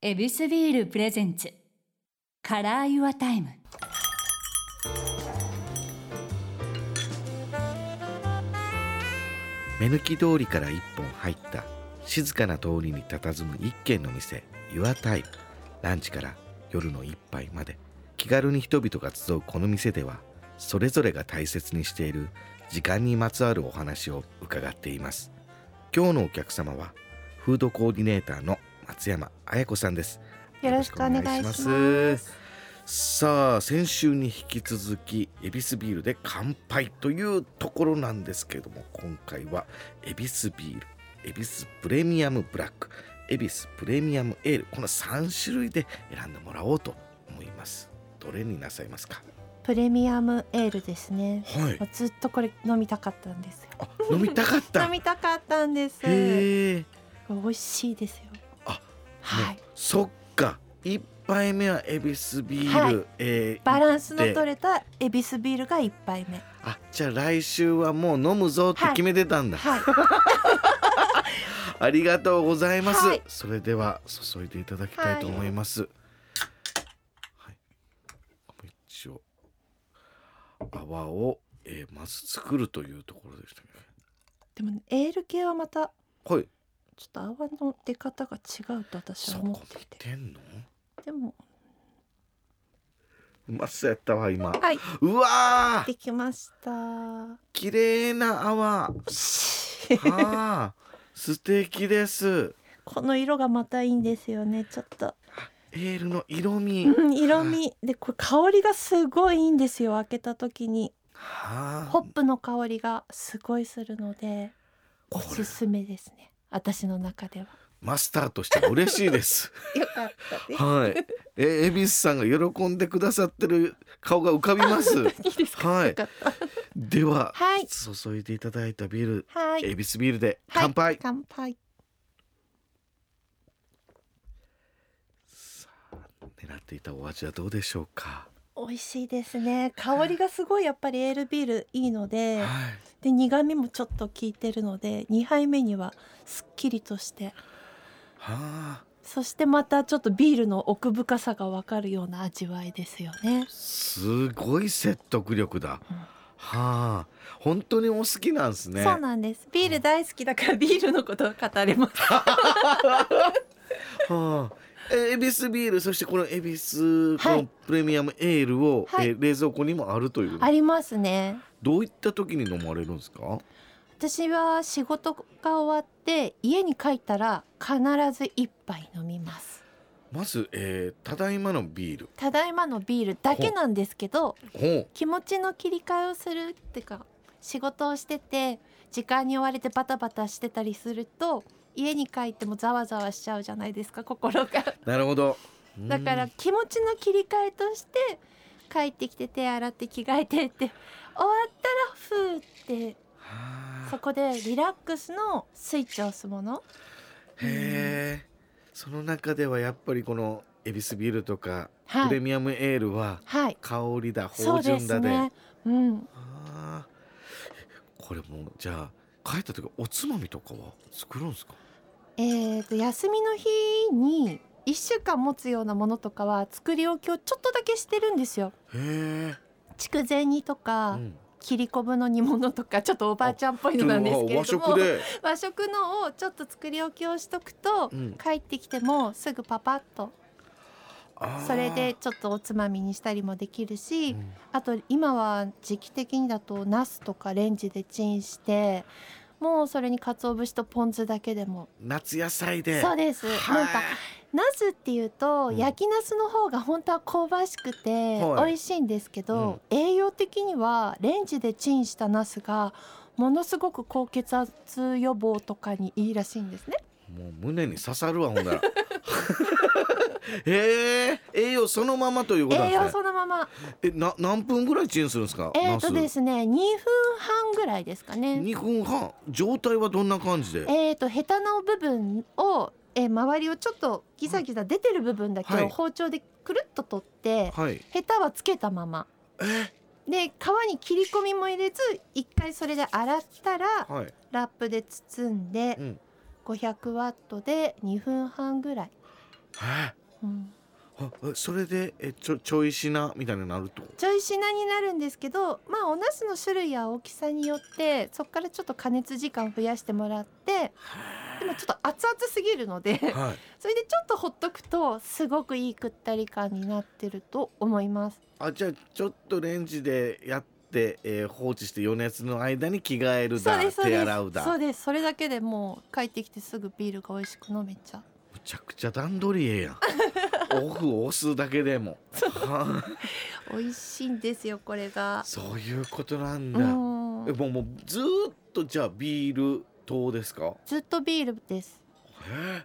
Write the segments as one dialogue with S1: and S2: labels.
S1: エビスビールプレゼンツカラーユアタイム
S2: 目抜き通りから一本入った静かな通りに佇む一軒の店ユアタイムランチから夜の一杯まで気軽に人々が集うこの店ではそれぞれが大切にしている時間にまつわるお話を伺っています今日のお客様はフードコーディネーターの松山彩子さんです
S3: よろしくお願いします
S2: よろくお願いしますさあ先週に引き続き恵比寿ビールで乾杯というところなんですけれども今回は恵比寿ビール恵比寿プレミアムブラック恵比寿プレミアムエールこの3種類で選んでもらおうと思いますどれになさいますか
S3: プレミアムエールですね。
S2: はい
S3: もうずっとこれ飲みたかったんですよ。
S2: あ飲みたかった
S3: 飲みたかったんです。これ
S2: へえ
S3: 美味しいですよ。
S2: あ
S3: はい。
S2: そっか一杯目は恵比寿ビール、
S3: はい
S2: えー
S3: バランスの取れたエビスビールが一杯目。
S2: あじゃあ来週はもう飲むぞって
S3: はい
S2: 決めてたんだ、
S3: は
S2: ありがとうございます、
S3: はい
S2: それでは注いでいただきたいと思いますはい、これ一応泡を、えーまず作るというところでしたね
S3: い。でも、ね、エール系はまた
S2: はい
S3: ちょっと泡の出方が違うと私
S2: そ
S3: は
S2: こ
S3: 思
S2: 見
S3: っていて。
S2: てんの
S3: でも
S2: うまそうやったわ今
S3: はいう
S2: わー
S3: できま した。よ
S2: 綺麗な泡
S3: し
S2: ああ、素敵です。
S3: この色がまたいいんですよね。ちょっと、
S2: エールの色味。
S3: うん、色味でこれ香りがすごいいいんですよ。開けた時に。
S2: は
S3: ホ
S2: あ
S3: ッ。プの香りがすごいするのでお
S2: こ
S3: す
S2: れ
S3: すめですね私の中では
S2: マスターとして嬉しいです。
S3: よかったで
S2: はい。え、恵比寿さんが喜んでくださってる顔が浮かび ます。
S3: いいですか、
S2: はい
S3: よかった
S2: では、
S3: はい
S2: 注いでいただいたビール、
S3: はい
S2: 恵比寿ビールで乾杯。
S3: はい乾杯
S2: 狙っていたお味はどうでしょうか。
S3: 美味しいですね香りがすごいやっぱりエールビールいいので
S2: はい。
S3: で苦味もちょっと効いてるので2杯目にはすっきりとして
S2: はあ。
S3: そしてまたちょっとビールの奥深さがわかるような味わいですよね
S2: すごい説得力だ。
S3: うん
S2: はあ。本当にお好きなんですね。
S3: そうなんですビール大好きだからビールのことを語れます
S2: はあ。え恵比寿ビールそしてこの恵比寿こ
S3: は
S2: の
S3: い
S2: プレミアムエールを、
S3: はい
S2: えー冷蔵庫にもあるという、
S3: ありますね
S2: どういった時に飲まれるんですか
S3: 私は仕事が終わって家に帰ったら必ず一杯飲みます
S2: まず、えーただいまのビール
S3: ただいまのビールだけなんですけど
S2: ほ
S3: 気持ちの切り替えをするってか仕事をしてて時間に追われてバタバタしてたりすると家に帰ってもざわざわしちゃうじゃないですか心が
S2: うなるほどうん
S3: だから気持ちの切り替えとして帰ってきて手洗って着替えてって終わったらふーって
S2: は
S3: そ
S2: あ
S3: こでリラックスのスイッチを押すもの
S2: へえその中ではやっぱりこの恵比寿ビールとか、
S3: は
S2: プレ
S3: い
S2: ミアムエールは
S3: はい
S2: 香りだ
S3: そ
S2: 芳
S3: うで
S2: 醇
S3: す
S2: だで
S3: ね。うん、
S2: ああこれもうじゃあ帰った時おつまみとかは作るんですか
S3: えっ、と休みの日に一週間持つようなものとかは作り置きをちょっとだけしてるんですよ。
S2: へえ、
S3: 筑前煮と
S2: う
S3: か、
S2: ん、
S3: 切り昆布の煮物とかちょっとおばあちゃんっぽいのなんですけれども
S2: 和食で
S3: 和食のをちょっと作り置きをしとくと、
S2: うん
S3: 帰ってきてもすぐパパッと
S2: あー
S3: それでちょっとおつまみにしたりもできるし、
S2: うん
S3: あと今は時期的にだとナスとかレンジでチンしてもうそれに鰹節とポン酢だけでも
S2: 夏野菜で
S3: そうです
S2: はい
S3: なんかナスっていうと
S2: うん
S3: 焼きナスの方が本当は香ばしくて
S2: はい
S3: 美味しいんですけど、栄養的にはレンジでチンしたナスがものすごく高血圧予防とかにいいらしいんですね。
S2: もう胸に刺さるわほんなら へえ栄養そのままということなん
S3: 栄
S2: で
S3: 養
S2: すね
S3: そのまま。
S2: えな何分ぐらいチンするんですか
S3: えーとですすね、2分半ぐらいですかね。
S2: 2分半状態はどんな感じで
S3: えーとヘタの部分を、えー周りをちょっとギザギザ出てる部分だけ
S2: はい
S3: を包丁でくるっと取って、
S2: はい
S3: ヘタはつけたまま
S2: え
S3: で皮に切り込みも入れず一回それで洗ったら
S2: はい
S3: ラップで包んで、
S2: うん
S3: 500ワットで2分半ぐらい
S2: は
S3: うん、
S2: ああそれでえちょちょいしなみたいになるってこと
S3: ちょい品になるんですけどまあお茄子の種類や大きさによってそこからちょっと加熱時間を増やしてもらってでもちょっと熱々すぎるの
S2: は
S3: で
S2: い
S3: それでちょっとほっとくとすごくいいくったり感になってると思います
S2: あじゃあちょっとレンジでやって、えー放置して余熱の間に着替える
S3: そう
S2: だ
S3: ですそう
S2: 手
S3: で
S2: 洗う
S3: すそ
S2: だ
S3: うですそれだけでもう帰ってきてすぐビールが美味しく飲めちゃう
S2: むちゃくちゃ段取りええやん オフ押すだけでもは
S3: 美味しいんですよこれ
S2: あ
S3: が
S2: そういうことなん
S3: う
S2: だ、
S3: ん
S2: えもうもうずーっとじゃあビール糖ですか
S3: ずっとビールです
S2: へえ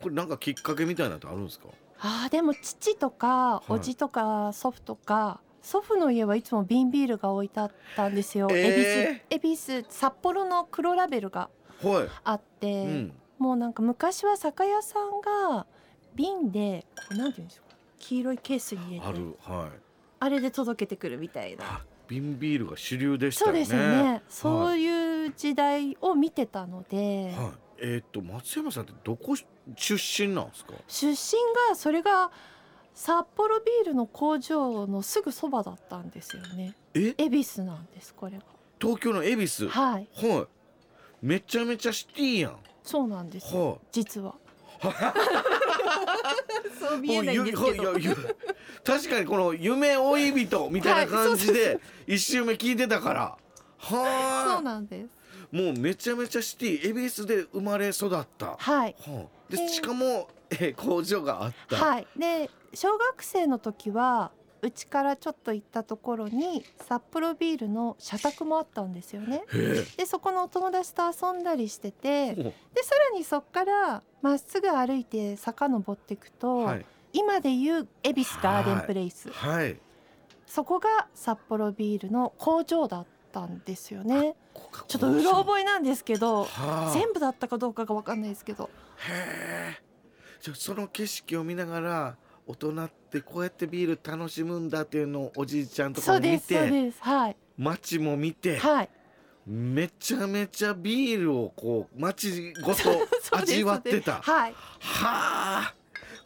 S2: これなんかきっかけみたいなのってあるんですか
S3: あーでも父とか
S2: い
S3: おじとか祖父とか祖父の家はいつも瓶ビールが置いてあったんですよ
S2: え
S3: 恵比寿恵比寿札幌の黒ラベルが
S2: はい、
S3: あって、
S2: うん
S3: もうなんか昔は酒屋さんが瓶でこうなんていうんでしょうか黄色いケースに入れて
S2: あるはい
S3: あれで届けてくるみたいな
S2: あ瓶ビールが主流でした
S3: そ
S2: よ
S3: う
S2: ね
S3: ですよねそういう時代を見てたので、
S2: はいえーっと松山さんってどこ出身なんですか
S3: 出身がそれが札幌ビールの工場のすぐそばだったんですよね
S2: え
S3: 恵比寿なんですこれが
S2: 東京の恵比寿は
S3: はい
S2: いめちゃめちゃシティやん
S3: そうなんですよ
S2: は
S3: 実は そう
S2: い
S3: 見えないんですけ
S2: も
S3: ど
S2: うゆはいいやいや確かにこの夢追い人みたいな感じ
S3: はい
S2: で一周目聞いてたから
S3: そう
S2: はあ
S3: なんです
S2: もうめちゃめちゃシティ恵比寿で生まれ育った
S3: はい
S2: はあ、で
S3: で
S2: しかも、えー工場があった、
S3: はいで小学生の時はうちからちょっと行ったところに札幌ビールの社宅もあったんですよね
S2: へ
S3: でそこのお友達と遊んだりしてて
S2: え
S3: で
S2: も
S3: さらにそっからまっすぐ歩いて坂登っていくと、
S2: うはい
S3: 今でいう恵比寿ガーデンプレイス、
S2: はい
S3: そこが札幌ビールの工場だったんですよねちょっとうろ覚えなんですけど
S2: はあ、
S3: 全部だったかどうかがわかんないですけど
S2: へえじゃあその景色を見ながら大人ってこうやってビール楽しむんだっていうのをおじいちゃんとか
S3: そ
S2: も
S3: うで
S2: 見
S3: すそう
S2: て
S3: ですはい
S2: 街も見て、
S3: はい
S2: めちゃめちゃビールをこう街ごと
S3: そうです
S2: 味わってた
S3: そうですはい
S2: はあ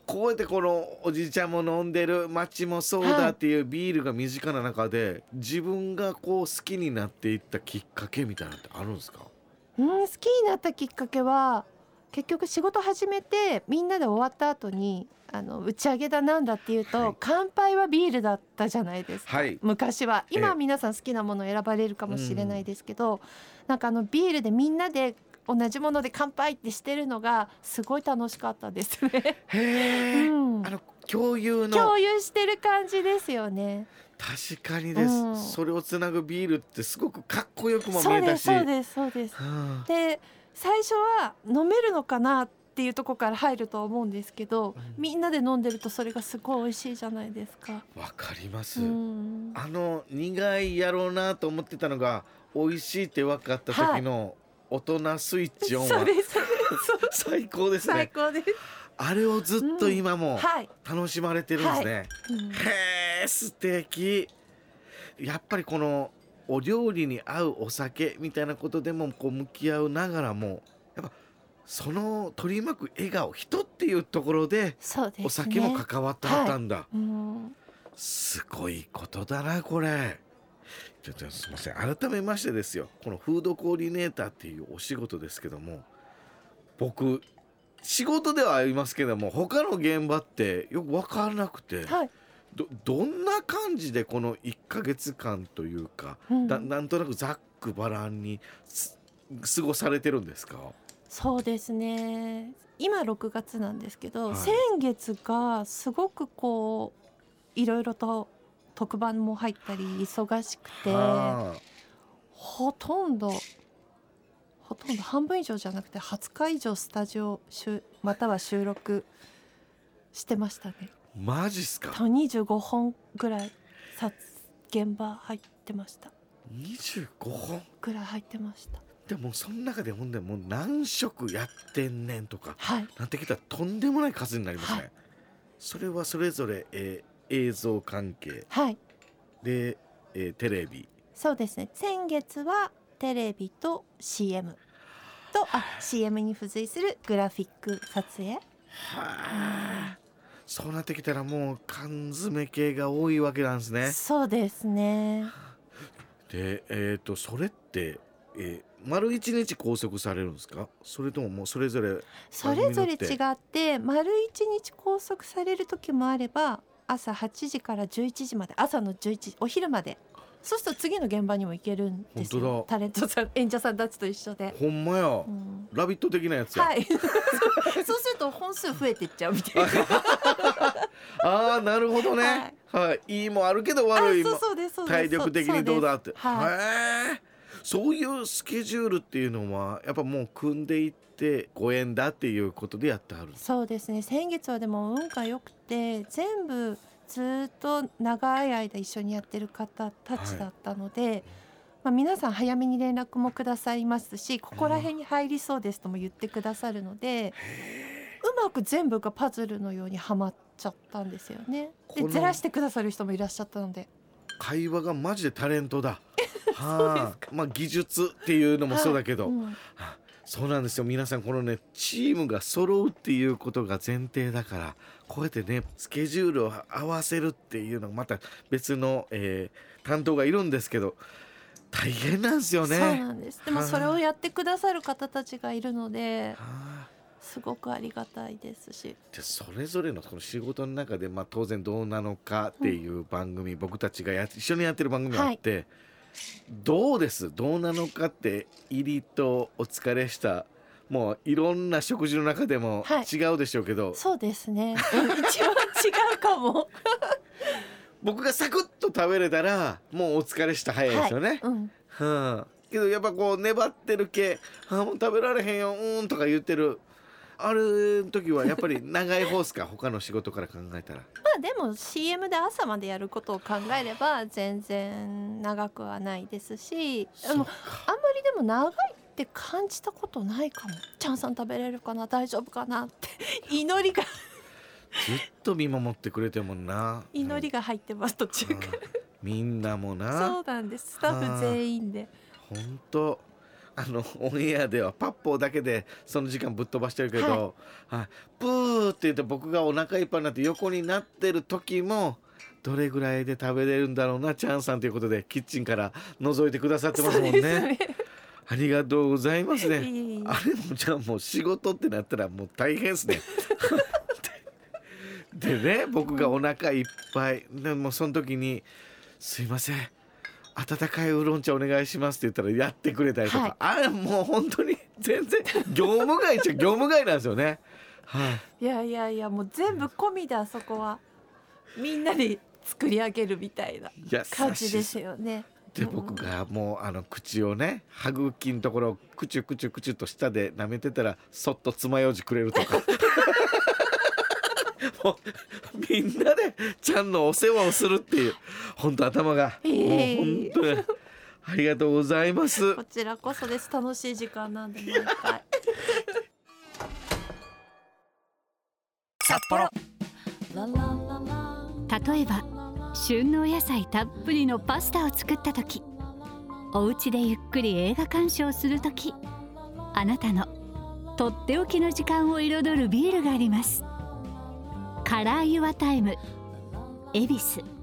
S2: こうやってこのおじいちゃんも飲んでる町もそう
S3: は
S2: だ
S3: い
S2: っていうビールが身近な中で自分がこう好きになっていったきっかけみたいなのってあるんですか
S3: うん好きになったきっかけは結局仕事始めてみんなで終わった後にあの打ち上げだなんだっていうと、
S2: はい
S3: 乾杯はビールだったじゃないですか、
S2: はい
S3: 昔は今
S2: ええ
S3: は皆さん好きなものを選ばれるかもしれないですけど、なんかあのビールでみんなで同じもので乾杯ってしてるのがすごい楽しかったですね、
S2: へえ、
S3: うん
S2: あ、の共有の
S3: 共有してる感じですよね
S2: 確かにです、
S3: うん
S2: それをつなぐビールってすごくかっこよくも見
S3: そ
S2: え
S3: うで
S2: た
S3: す
S2: し
S3: そうですそうです
S2: はあ
S3: で最初は飲めるのかなっていうとこから入ると思うんですけど、
S2: うん
S3: みんなで飲んでるとそれがすごい美味しいじゃないですか。
S2: わかります、
S3: うん、
S2: あの苦いやろうなと思ってたのが美味しいって分かった時の大人スイッチオン
S3: そ
S2: は
S3: うですそうですそう
S2: 最高です
S3: 最
S2: ね
S3: 高です。
S2: あれをずっと今も
S3: はい、
S2: 楽しまれてるんですね、
S3: うん
S2: へえ素敵やっぱりこのお料理に合うお酒みたいなことでもこう向き合うながらもやっぱその取り巻く笑顔人っていうところで
S3: そうですね。
S2: お酒も関わってあったんだ、
S3: うん、
S2: すごいことだなこれちょっとすみません改めましてですよこのフードコーディネーターっていうお仕事ですけども僕仕事ではありますけども他の現場ってよく分からなくて、
S3: はい、
S2: どどんな感じでこの1ヶ月間というか、
S3: うん
S2: だなんとなくざっくばらんにす過ごされてるんですか
S3: そうですね。今6月なんですけど、
S2: はい
S3: 先月がすごくこういろいろと特番も入ったり忙しくて。
S2: はあ
S3: ほとんどほとんど半分以上じゃなくて20日以上スタジオしゅまたは収録してましたね。
S2: マジっす
S3: 多
S2: か
S3: 分25本ぐらい撮現場入ってました
S2: 25本
S3: ぐらい入ってました。
S2: でもその中でほんでもう何食やってんねんとか
S3: はい
S2: なってきたらとんでもない数になりますね、
S3: は
S2: それはそれぞれ、えー映像関係
S3: はい
S2: で、えーテレビ
S3: そうですね先月はテレビと CM とあ CM に付随するグラフィック撮影
S2: はあそうなってきたらもう缶詰系が多いわけなんですね
S3: そうですね
S2: でえっ、とそれって、えー丸一日拘束されるんですかそれとももうそれぞれ
S3: それぞれ
S2: 番組に
S3: 違って丸一日拘束される時もあれば朝8時から11時まで朝の11時お昼までそうすると次の現場にも行けるんです
S2: 本当
S3: よ
S2: だ
S3: タレントさん演者さんたちと一緒で、
S2: ほんまや、
S3: うん
S2: ラビット的なやつや、
S3: はい そうそうすると本数増えてっちゃうみたいな
S2: ああなるほどねはい、い、いもあるけど悪い
S3: あそ
S2: も
S3: うそうですそうです
S2: 体力的にどうだって
S3: そですはい
S2: へえそういうスケジュールっていうのはやっぱもう組んでいってご縁だっていうことでやってはるんです
S3: そうですね先月はでも運が良くて全部ずっと長い間一緒にやってる方たちだったので、まあ、皆さん早めに連絡もくださいますしここら辺に入りそうですとも言ってくださるので、うまく全部がパズルのようにはまっちゃったんですよね。
S2: こ
S3: で
S2: の
S3: ずらしてくださる人もいらっしゃったので
S2: 会話がマジでタレント だはあ、まあ技術っていうのもそうだけど、
S3: はいうん
S2: そうなんですよ皆さんこのねチームが揃うっていうことが前提だからこうやってねスケジュールを合わせるっていうのがまた別の、えー担当がいるんですけど大変なんですよね。
S3: そうなんですでも
S2: はい
S3: それをやってくださる方たちがいるので
S2: はあ
S3: すごくありがたいですし
S2: でそれぞれのこの仕事の中で、まあ、当然どうなのかっていう番組、僕たちがや一緒にやってる番組があって、どうですどうなのかって入りとお疲れしたもういろんな食事の中でも
S3: はい
S2: 違うでしょうけど、
S3: そうですね うん一番違うかも、
S2: 僕がサクッと食べれたらもうお疲れした早いですよね。
S3: うん、
S2: うんけどやっぱこう粘ってる系「あーもう食べられへんようーん」とか言ってるあれの時はやっぱり長い方っすか他の仕事から考えたら。
S3: まあでも CM で朝までやることを考えれば全然長くはないですしでもあんまりでも長いって感じたことないかも「ちゃんさん食べれるかな大丈夫かな」って 祈りが
S2: ずっと見守ってくれてるもんな
S3: 祈りが入ってます途中
S2: うん
S3: か
S2: みんなも
S3: らそ
S2: な
S3: うなんですスタッフ全員で
S2: ほんとあのオンエアではパッポーだけでその時間ぶっ飛ばしてるけど、はい、プーって言って僕がお腹いっぱいになって横になってる時もどれぐらいで食べれるんだろうなチャンさんということでキッチンから覗いてくださってますもん
S3: そうで
S2: ね
S3: すね
S2: ありがとうございますね
S3: いい
S2: あれもじゃあもう仕事ってなったらもう大変ですね。 で ね僕がお腹いっぱいでもその時に「すいません温かいうどん茶お願いします」って言ったらやってくれたりとか、あれもう本当に全然業務外っちゃ業務外なんですよね。はい、
S3: いやいやいやもう全部込みであそこはみんなで作り上げるみたいな
S2: 優
S3: 感じ
S2: し
S3: で
S2: い
S3: すよね。
S2: で僕がもうあの口をね歯茎のところをクチュクチュクチュと舌で舐めてたらそっと爪楊枝くれる とかもうみんなでちゃんのお世話をするっていう本当頭がもう
S3: えい
S2: 本当にありがとうございます
S3: こちらこそです楽しい時間なんで毎回。
S1: 札幌例えば旬のお野菜たっぷりのパスタを作った時お家でゆっくり映画鑑賞する時あなたのとっておきの時間を彩るビールがありますカラーユアタイム恵比寿